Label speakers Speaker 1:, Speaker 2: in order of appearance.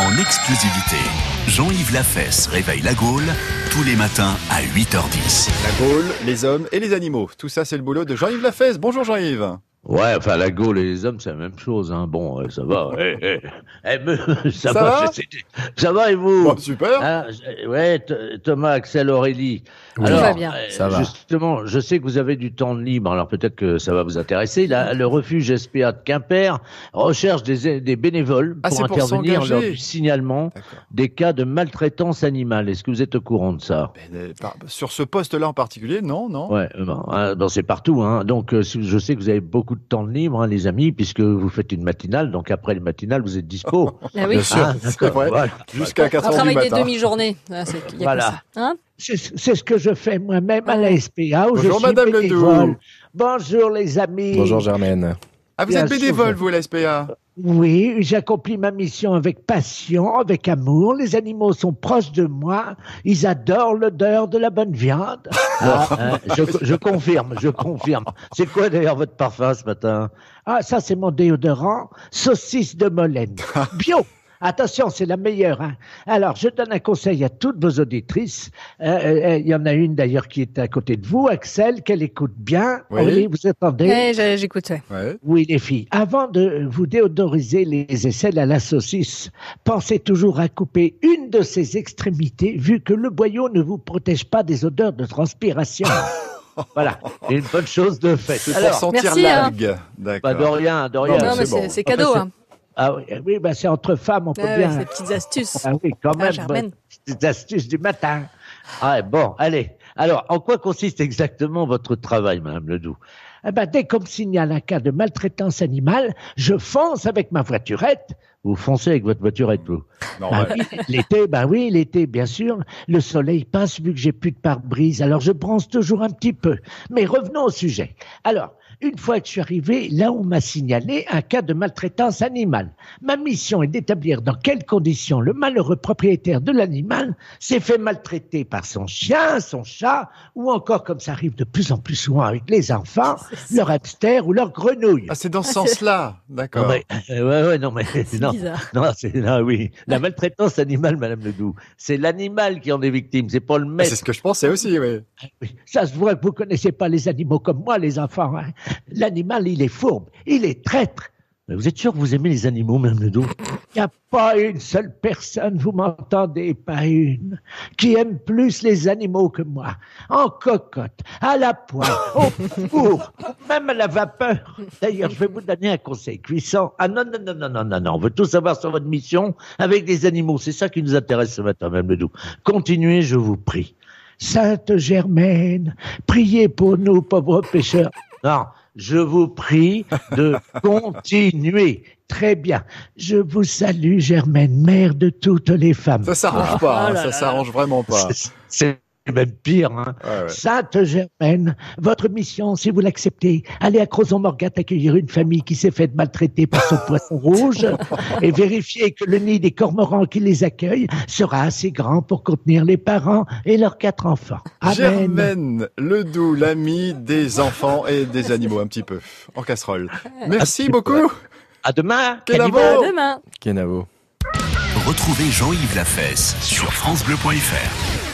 Speaker 1: en exclusivité. Jean-Yves Lafesse réveille la Gaule tous les matins à 8h10.
Speaker 2: La Gaule, les hommes et les animaux. Tout ça, c'est le boulot de Jean-Yves Lafesse. Bonjour Jean-Yves.
Speaker 3: Ouais, enfin, la Gaule et les hommes, c'est la même chose. Hein. Bon, euh, ça va. eh, eh. Eh, me-
Speaker 2: Ça
Speaker 3: ça,
Speaker 2: va
Speaker 3: va, je sais- ça va et vous
Speaker 2: Bon, super.
Speaker 3: Hein, je- ouais, Th- Thomas, Axel, Aurélie.
Speaker 4: Oui.
Speaker 3: Alors,
Speaker 4: Tout va bien.
Speaker 3: euh,
Speaker 4: Ça va.
Speaker 3: Justement, je sais que vous avez du temps de libre, alors peut-être que ça va vous intéresser. Là, le refuge SPA de Quimper recherche des, des bénévoles
Speaker 2: Ah,
Speaker 3: pour
Speaker 2: c'est pour
Speaker 3: intervenir
Speaker 2: s'engager.
Speaker 3: lors du signalement
Speaker 2: D'accord.
Speaker 3: des cas de maltraitance animale. Est-ce que vous êtes au courant de ça
Speaker 2: Ben, euh, par- Sur ce poste-là en particulier, non, non.
Speaker 3: Ouais, euh, bon, hein, bon, c'est partout. Hein. Donc, euh, si- je sais que vous avez beaucoup de temps de libre, hein, les amis, puisque vous faites une matinale. Donc, après le matinale, vous êtes dispo.
Speaker 4: Ah oui.
Speaker 2: Bien sûr,
Speaker 3: Ah,
Speaker 2: c'est vrai.
Speaker 3: voilà.
Speaker 2: Jusqu'à 4
Speaker 4: On
Speaker 2: heures du
Speaker 4: travaille des
Speaker 2: matin.
Speaker 4: demi-journées. Ah, c'est- il y a que
Speaker 3: Voilà.
Speaker 4: ça. Hein
Speaker 3: C'est c'est ce que je fais moi-même à la SPA. Où
Speaker 2: Bonjour,
Speaker 3: je suis
Speaker 2: Madame Ledoux.
Speaker 3: bénévole. Bonjour, les amis.
Speaker 5: Bonjour Germaine.
Speaker 2: Ah, vous
Speaker 3: Bien
Speaker 2: êtes
Speaker 3: sûr,
Speaker 2: bénévole,
Speaker 3: Jean-
Speaker 2: vous, à la SPA
Speaker 3: Oui, j'accomplis ma mission avec passion, avec amour. Les animaux sont proches de moi. Ils adorent l'odeur de la bonne viande. Ah, hein, je, je confirme, je confirme. C'est quoi d'ailleurs votre parfum ce matin Ah, ça c'est mon déodorant, saucisse de Molène, bio. Attention, c'est la meilleure. hein. Alors, je donne un conseil à toutes vos auditrices. Euh, euh, euh, Il y en a une d'ailleurs qui est à côté de vous, Axel, qu'elle écoute bien.
Speaker 2: Oui.
Speaker 3: Aurélie, vous entendez
Speaker 4: Ouais, j'ai- Eh, J'écoute. ouais.
Speaker 2: Ouais.
Speaker 3: oui, les filles, avant de vous déodoriser les aisselles à la saucisse, pensez toujours à couper une de ses extrémités, vu que le boyau ne vous protège pas des odeurs de transpiration. voilà, c'est une bonne chose de fait.
Speaker 2: C'est pour
Speaker 3: Alors,
Speaker 2: sentir
Speaker 4: merci, hein.
Speaker 2: l'algue. D'accord.
Speaker 3: bah, de rien, de rien.
Speaker 2: Ah,
Speaker 4: Non, mais
Speaker 2: c'est bon.
Speaker 4: c'est c'est cadeau.
Speaker 3: Enfin,
Speaker 4: hein.
Speaker 3: Ah oui, oui, bah, c'est entre femmes, on peut
Speaker 4: Ah ouais,
Speaker 3: bien.
Speaker 4: Ces petites astuces.
Speaker 3: Ah oui, quand
Speaker 4: Ah,
Speaker 3: même.
Speaker 4: Germaine.
Speaker 3: bonne petite astuce du matin. Ah, bon, allez. Alors, en quoi consiste exactement votre travail, Madame Ledoux eh ben, Dès qu'on me signale un cas de maltraitance animale, je fonce avec ma voiturette. Vous foncez avec votre voiturette, vous
Speaker 2: Normal.
Speaker 3: Ah oui, L'été, ben oui, l'été, bien sûr. Le soleil passe vu que j'ai plus de pare-brise, alors je bronze toujours un petit peu. Mais revenons au sujet. Alors, une fois que je suis arrivé, là où m'a signalé un cas de maltraitance animale. Ma mission est d'établir dans quelles conditions le malheureux propriétaire de l'animal s'est fait maltraiter par son chien, son chat, ou encore, comme ça arrive de plus en plus souvent avec les enfants, leur hamster ou leur grenouille.
Speaker 2: Ah, c'est dans ce sens-là.
Speaker 3: Non,
Speaker 2: D'accord.
Speaker 3: mais- euh, ouais, ouais, non, mais
Speaker 4: C'est
Speaker 3: non.
Speaker 4: bizarre.
Speaker 3: Non, c'est non, oui. La maltraitance animale, Madame Ledoux, c'est l'animal qui en est victime, c'est pas le
Speaker 2: Ah, C'est
Speaker 3: maître.
Speaker 2: ce que je pensais aussi, oui.
Speaker 3: Oui. Ça se voit que vous connaissez pas les animaux comme moi, les enfants. hein. L'animal, il est fourbe, il est traître. Mais vous êtes sûr que vous aimez les animaux, Madame Ledoux Il n'y a pas une seule personne, vous m'entendez, pas une, qui aime plus les animaux que moi. En cocotte, à la poêle, au four, même à la vapeur. D'ailleurs, je vais vous donner un conseil cuissant. Ah non, non, non, non, non, non, non. On veut tout savoir sur votre mission avec des animaux. C'est ça qui nous intéresse ce matin, Madame Ledoux. Continuez, je vous prie. Sainte Germaine, priez pour nous, pauvres pécheurs. Non, je vous prie de continuer. Très bien. Je vous salue, Germaine, mère de toutes les femmes.
Speaker 2: Ça s'arrange pas.
Speaker 4: Ah
Speaker 2: hein,
Speaker 4: là
Speaker 2: Ça
Speaker 4: là
Speaker 2: s'arrange vraiment pas.
Speaker 3: C'est- C'est même pire. Hein.
Speaker 2: Ouais, ouais.
Speaker 3: Sainte Germaine, votre mission, si vous l'acceptez, allez à Crozon-Morgat accueillir une famille qui s'est faite maltraiter par son poisson rouge et vérifier que le nid des cormorans qui les accueillent sera assez grand pour contenir les parents et leurs quatre enfants. Amen.
Speaker 2: Germaine Ledoux, l'ami des enfants et des animaux, un petit peu, en casserole.
Speaker 4: Ah.
Speaker 2: Merci beaucoup.
Speaker 3: À demain.
Speaker 2: Quel
Speaker 3: Cannibale.
Speaker 2: amour.
Speaker 4: À demain.
Speaker 5: Kenavo.
Speaker 1: Retrouvez Jean-Yves Lafesse sur FranceBleu.fr.